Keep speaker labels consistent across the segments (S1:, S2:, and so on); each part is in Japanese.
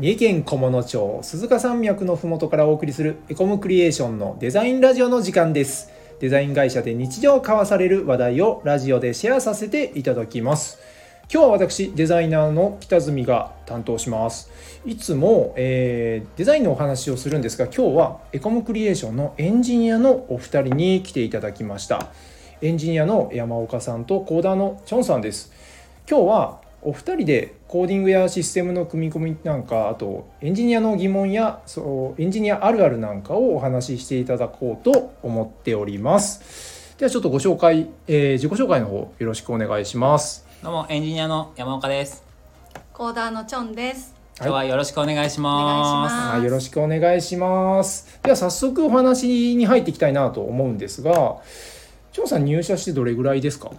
S1: 三重県菰野町鈴鹿山脈のふもとからお送りするエコムクリエーションのデザインラジオの時間ですデザイン会社で日常交わされる話題をラジオでシェアさせていただきます今日は私デザイナーの北住が担当しますいつも、えーデザインのお話をするんですが今日はエコムクリエーションのエンジニアのお二人に来ていただきましたエンジニアの山岡さんとコーダーのチョンさんです今日はお二人でコーディングやシステムの組み込みなんかあとエンジニアの疑問やそうエンジニアあるあるなんかをお話ししていただこうと思っておりますではちょっとご紹介、えー自己紹介の方よろしくお願いします
S2: どうもエンジニアの山岡です。
S3: コーダーのチョンです。
S2: 今日はよろしくお願いします。
S3: お願いしま
S1: あよろしくお願いしますでは早速お話に入っていきたいなと思うんですが張さん入社してどれぐらいですか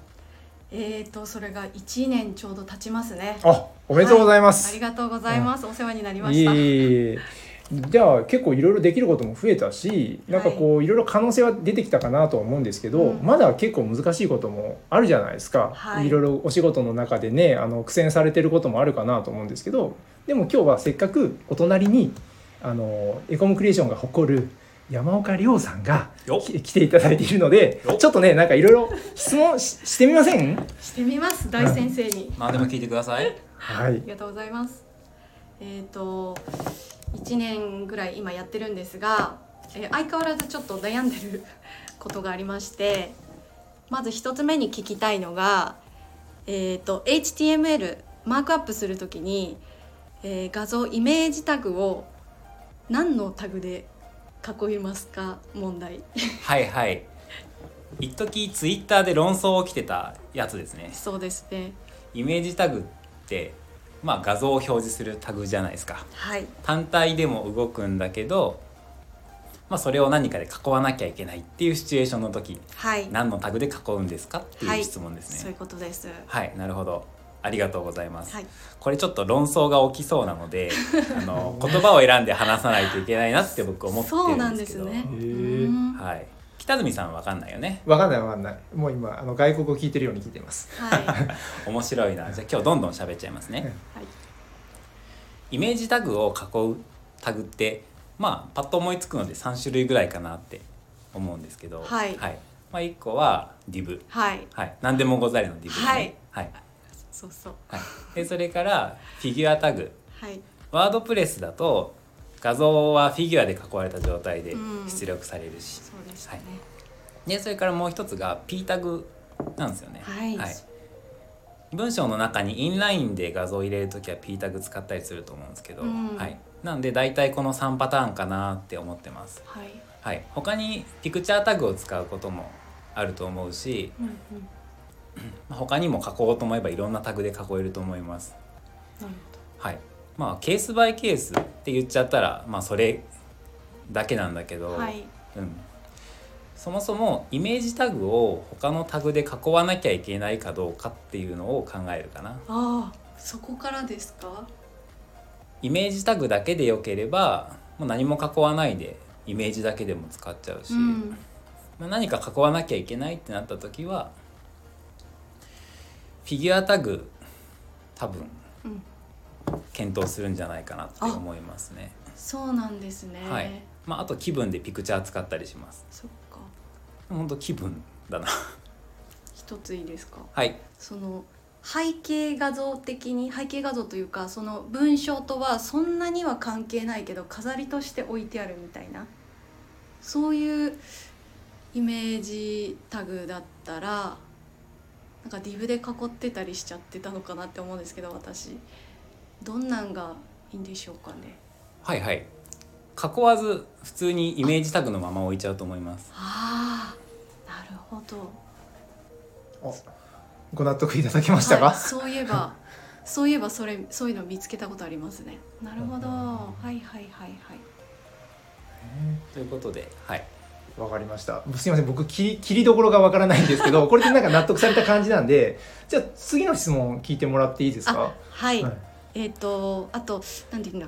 S3: えーとそれが1年ちょうど経ちますね。
S1: あおめでとうございま
S3: あ
S1: す、
S3: りがとうございます。お世話になりま
S1: い
S3: した。
S1: えいえいえじゃあ結構いろいろできることも増えたしなんかこういろいろ可能性は出てきたかなとは思うんですけど、
S3: うん
S1: まだ結構難しいこともあるじゃないですか、
S3: はい
S1: ろいろお仕事の中でねあの苦戦されてることもあるかなと思うんですけどでも今日はせっかくお隣にあのエコムクリエーションが誇る山岡亮さんが
S2: よ
S1: き来ていただいているので
S2: よ
S1: ちょっとねなんかいろいろ質問ししてみません
S3: してみます。大先生に。
S2: まあでも聞いてください。
S1: は
S3: あ
S1: い
S3: りがとうございます。えーと1年ぐらい今やってるんですが、えー相変わらずちょっと悩んでることがありまして、まず一つ目に聞きたいのが、えーと HTML マークアップするときに、えー画像イメージタグを何のタグで囲みますか問題。
S2: はいはい。一時ツイッターで論争起きてたやつですね。
S3: そうですね。
S2: イメージタグってまあ画像を表示するタグじゃないですか。
S3: はい。
S2: 単体でも動くんだけど、まあそれを何かで囲わなきゃいけないっていうシチュエーションの時、
S3: はい。
S2: 何のタグで囲うんですかっていう質問です
S3: そう
S2: ね
S3: いう。ことです。
S2: はい、なるほど。ありがとうございます。
S3: はい。
S2: これちょっと論争が起きそうなの であの言葉を選んで話さないといけないなって僕思って
S3: そうな
S2: るん
S3: ん
S2: で
S3: です
S2: け
S3: す
S2: ど
S3: ね。
S1: へ
S3: う
S1: ー
S3: ん
S2: はい、北住さんわかんないよね
S1: わかんないわかんないもう今あの外国を聞いてるように聞いてます
S3: はい。
S2: 面白いなじゃあ今日どんどん喋っちゃいますね
S3: はい、
S2: イメージタグを囲うタグってまあパッと思いつくので3種類ぐらいかなって思うんですけど、
S3: はい
S2: まあ、1個は DIV、
S3: はい、
S2: はい、何でもござるの DIV ね、
S3: はい
S2: はい
S3: そうそう、
S2: はい、でそれからフィギュアタグ
S3: はい、
S2: ワードプレスだと画像はフィギュアで囲われた状態で
S3: うん
S2: 出力されるし、
S3: そうでしたね。
S2: でそれからもう一つが P タグなんですよね、
S3: はい、
S2: 文章の中にインラインで画像を入れる時は P タグ使ったりすると思うんですけど、
S3: うん
S2: はい、なんで大体この3パターンかなって思ってます、
S3: はい、
S2: はい、他にピクチャータグを使うこともあると思うし
S3: うんうん、
S2: まあ他にも囲おうと思えばいろんなタグで囲えると思います
S3: なる
S2: はいまあケースバイケースって言っちゃったら、まあ、それだけなんだけ
S3: ほ
S2: ど、
S3: ど。はい、
S2: うん、そもそもイメージタグを他のタグで囲わなきゃいけないかどうかっていうのを考えるかな
S3: ああ、そこからですか。
S2: イメージタグだけでよければもう何も囲わないでイメージだけでも使っちゃうし、
S3: うん、
S2: まあ何か囲わなきゃいけないってなった時はフィギュアタグ多分
S3: うん、
S2: 検討するんじゃないかなって思いますね。
S3: そうなんですね。
S2: はいまあ、あと気分でピクチャー使ったりします。
S3: そっか、
S2: 本当気分だな。
S3: 一ついいですか。
S2: はい。
S3: その背景画像的に背景画像というかその文章とはそんなには関係ないけど飾りとして置いてあるみたいなそういうイメージタグだったらなんか div で囲ってたりしちゃってたのかなって思うんですけど私どんなんがいいんでしょうかね
S2: はいはい囲わず普通にイメージタグのまま置いちゃうと思います
S3: ああなるほど
S1: おご納得いただけましたか、
S3: はいそういえばそういえばそれそういうの見つけたことありますねなるほどはいはいはいはい
S2: ということではい
S1: わかりましたすいません僕切り切りどころがわからないんですけ どこれでなんか納得された感じなんでじゃあ次の質問聞いてもらっていいですか
S3: はい、
S1: はい
S3: えっ、とあとなんていうんだ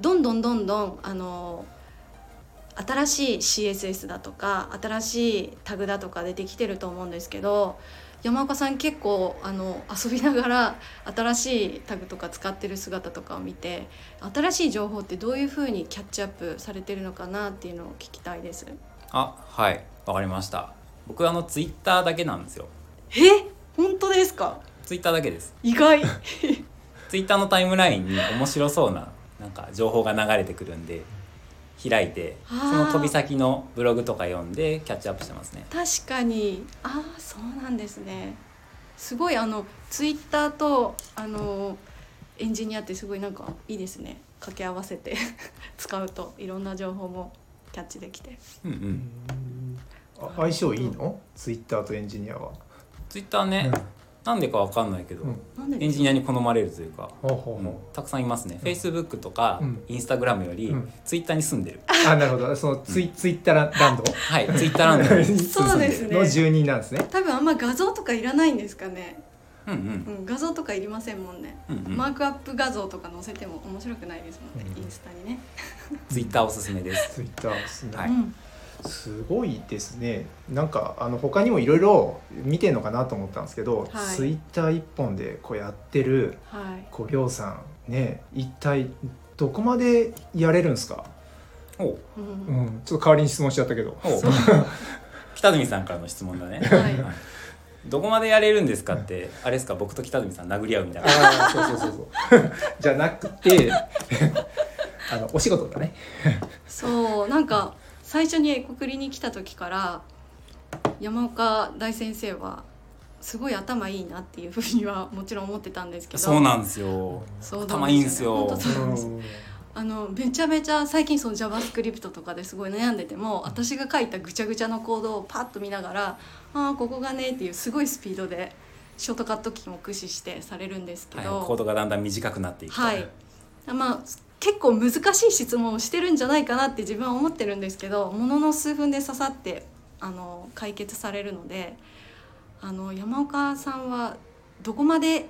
S3: どんどんどんどんあの新しい CSS だとか新しいタグだとか出てきてると思うんですけど山岡さん結構あの遊びながら新しいタグとか使ってる姿とかを見て新しい情報ってどういうふうにキャッチアップされてるのかなっていうのを聞きたいです。
S2: あはいわかりました僕はあのツイッターだけなんですよ
S3: え本当ですか
S2: ツイッターだけです
S3: 意外
S2: ツイッターのタイムラインに面白そうななんか情報が流れてくるんで開いて
S3: あー
S2: その飛び先のブログとか読んでキャッチアップしてますね
S3: 確かにああそうなんですねすごいあのツイッターとあのエンジニアってすごいなんかいいですね掛け合わせて 使うといろんな情報もキャッチできて
S2: うんうん
S1: あ相性いいのツイッターとエンジニアは、
S2: ツイッターね、
S1: うん
S2: なんでかわかんないけど、
S1: うん
S3: なんで
S2: エンジニアに好まれるというか
S1: ほうほう
S2: もうたくさんいますね、
S1: うん
S2: Facebook とか
S1: うん
S2: Instagram より、
S1: うん
S2: Twitter に住んで る
S1: あなるほどそのツイ,、ツイッターランド
S2: はい Twitter なんで
S3: そうですね
S1: の住人なんですね
S3: 多分あんま画像とかいらないんですかね、
S2: うんうん
S3: うん、画像とかいりませんもんね、
S2: うんうん
S3: マークアップ画像とか載せても面白くないですもんね、
S1: うん
S3: インスタにね、
S2: Twitter おすすめです
S1: ツイッターですね、
S2: はい
S3: うん
S1: すごいですねなんかあの他にもいろいろ見てんのかなと思ったんですけど、
S3: はい
S1: ツイッター一本でこうやってる
S3: はい
S1: 小うさんね一体どこまでやれるんですか、
S2: おう
S3: う
S1: うんん、ちょっと代わりに質問しちゃったけど
S2: おう北住さんからの質問だね、
S3: はい
S2: どこまでやれるんですかってあれですか僕と北住さん殴り合うみたいな
S1: ああそうそうそうそう じゃなくて あのお仕事だね
S3: そうなんか最初に国立に来た時から山岡大先生はすごい頭いいなっていうふうにはもちろん思ってたんですけど
S2: そうなんですよ
S3: そうな
S2: 頭
S3: ん
S2: いいん
S3: ですすよ
S2: よ
S3: ね本当そうなんですあのめちゃめちゃ最近その JavaScript とかですごい悩んでても私が書いたぐちゃぐちゃのコードをパッと見ながら「ああここがね」っていうすごいスピードでショートカットキーも駆使してされるんですけ
S2: はい、
S3: ど、
S2: コードがだんだん短くなっていくと
S3: はい、まあ結構難しい質問をしてるんじゃないかなって自分は思ってるんですけどものの数分で刺さってあの解決されるのであの山岡さんはどこまで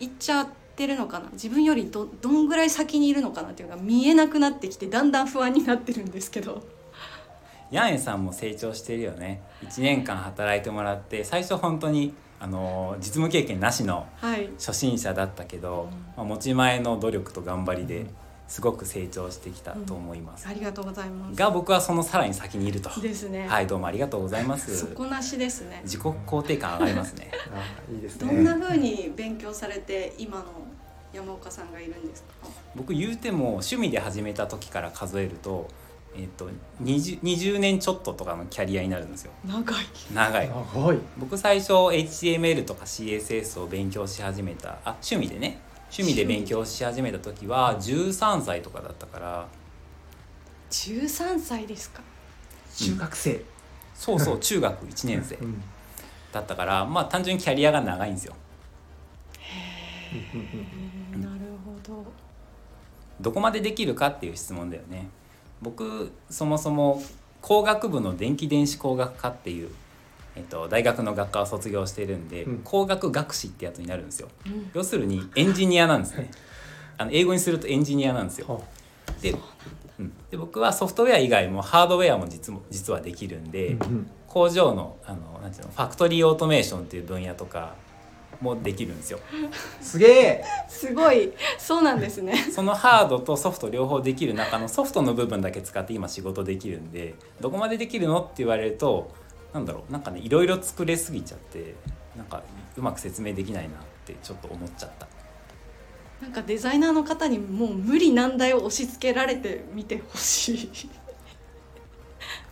S3: 行っちゃってるのかな自分よりどどんぐらい先にいるのかなっていうのが見えなくなってきてだんだん不安になってるんですけど。
S2: ヤンエさんも成長してるよね1年間働いてもらって最初本当にあの実務経験なしの
S3: はい
S2: 初心者だったけど、まあ、持ち前の努力と頑張りですごく成長してきたと思います、
S3: ありがとうございます。
S2: が僕はそのさらに先にいると
S3: ですね。
S2: はいどうもありがとうございます
S3: 底なしですね。
S2: 自己肯定感上がります ね
S1: あーいいです
S3: どんな
S1: ね
S3: 風に勉強されて今の山岡さんがいるんですか。
S2: 僕言うても趣味で始めた時から数えると,、えっと 20, 20年ちょっととかのキャリアになるんですよ
S3: 長い。
S2: 長い
S1: 長い
S2: 僕最初 HTML とか CSS を勉強し始めたあ趣味でね趣味で勉強し始めた時は13歳とかだったから
S3: 十三歳ですか。
S1: 中学生、
S2: そう そう中学1年生
S1: うん
S2: だったからまあ単純にキャリアが長いんですよん
S3: なるほ
S2: どこまでできるかっていう質問だよね僕そもそも工学部の電気電子工学科っていう、えっと、大学の学科を卒業してるんで、
S1: うん
S2: 工学学士ってやつになるんですよ
S3: ど。うん、
S2: 要するにエンジニアなんですねあの英語にするとエンジニアなんですよ
S1: は
S2: でうんで僕はソフトウェア以外もハードウェアも実も実はできるんで、
S1: うんうん
S2: 工場のあのなんていうのファクトリーオートメーションっていう分野とかもできるんですよ。
S1: すげえ
S3: すごいそうなんですね。
S2: そのハードとソフト両方できる中のソフトの部分だけ使って今仕事できるんでどこまでできるのって言われるとなんだろうなんかねいろいろ作れすぎちゃってなんかうまく説明できないなってちょっと思っちゃった。
S3: なんかデザイナーの方にもう無理難題を押し付けられてみてほしい。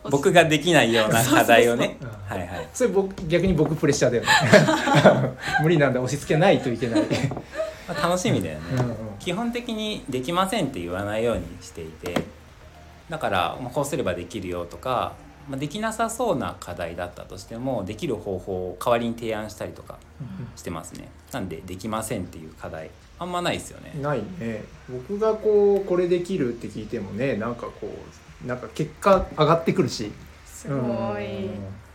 S2: 僕ができないような課題をね
S1: そうそう
S2: はいはい
S1: それ僕逆に僕プレッシャーだよね 無理なんだ押し付けないといけない
S2: まあ楽しみだよね。
S1: うんうん
S2: 基本的にできませんって言わないようにしていてだから、まあこうすればできるよとか、まあできなさそうな課題だったとしてもできる方法を代わりに提案したりとかしてますねなんでできませんっていう課題あんまないですよね
S1: ないね僕がこうこれできるって聞いてもねなんかこうなんか結果上がってくるし
S3: すごい
S1: うん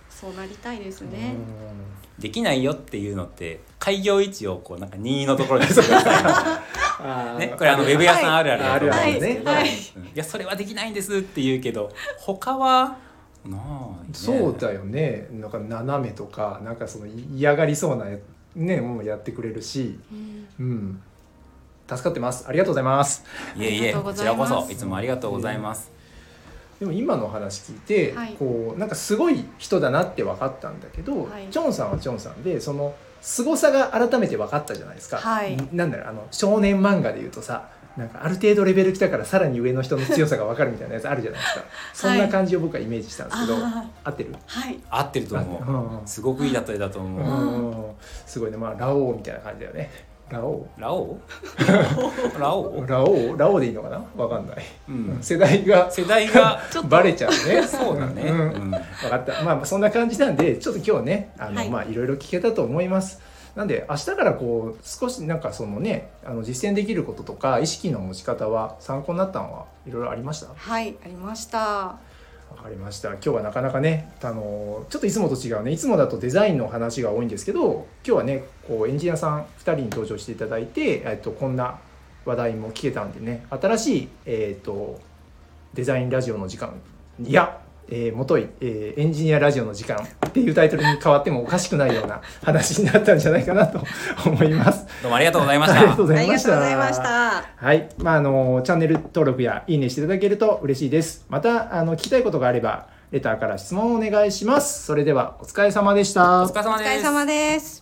S3: そうなりたいですね。
S2: できないよっていうのって開業位置をこうなんか任意のところにしてく ださ
S1: あ
S2: い
S1: ー
S2: ねこれあのウェブ屋さんあるあるだと思
S1: あ
S2: う
S1: るある
S2: んですけ
S1: ね
S2: ど、
S3: はい
S2: うんいやそれはできないんですって言うけど他はないね
S1: そうだよねなんか斜めとかなんかその嫌がりそうなやねもうやってくれるし
S3: うん
S1: うん助かってますありがとうございます
S2: いえい
S3: あり
S2: え
S3: がとう
S2: こ
S3: ご
S2: ち
S3: ざい
S2: ら
S3: ま
S2: こ
S3: す
S2: そいつもありがとうございます、
S1: でも今の話聞いて、
S3: はい
S1: こうなんかすごい人だなって分かったんだけど、
S3: はい
S1: チョンさんはチョンさんでその凄さが改めて分かったじゃないですか、
S3: はい
S1: なんだろうあの少年漫画で言うとさなんかある程度レベル来たからさらに上の人の強さが分かるみたいなやつあるじゃないですか、そんな感じを僕はイメージしたんですけど、
S3: あ
S1: 合ってる
S3: ーはい
S2: 合ってると思う、
S1: 合って
S2: すごくいい例えだと
S1: るうん
S2: 思
S1: う
S2: う、
S1: んうんうんすごいねまあラオウみたいな感じだよねラオ
S2: ラオ ウラオ
S1: ウ
S2: ウ、
S1: ラオウラオウでいいのかな分かんない、
S2: うん、
S1: 世代が
S2: 世代が
S3: ちょっと
S1: バレちゃうね
S2: そうだね、
S1: ん
S2: うん
S1: 分かったまあそんな感じなんでちょっと今日ねあの、
S3: はい
S1: まあいろいろ聞けたと思いますなんで明日からこう少しなんかそのねあの実践できることとか意識の持ち方は参考になったのはいろいろありましたわ
S3: はいありました
S1: かりました今日はなかなかねあのちょっといつもと違うねいつもだとデザインの話が多いんですけど今日はねこうエンジニアさん2人に登場していただいて、えっと、こんな話題も聞けたんでね新しい、えっとデザインラジオの時間いや、えー、もとい、えーエンジニアラジオの時間っていうタイトルに変わってもおかしくないような話になったんじゃないかなと思います。
S2: どうもありがとうございまし
S1: あ
S2: た
S1: りがとうご
S3: あ
S1: ざい
S3: りが
S1: まし
S3: とう
S1: た。
S3: ございました
S1: はい、まああのチャンネル登録やいいねしていただけると嬉しいです。またあの聞きたいことがあればレターから質問をお願いします。それではお疲れ様でした。
S2: お疲れ
S3: お
S2: 様
S3: 疲
S2: です
S3: れ様です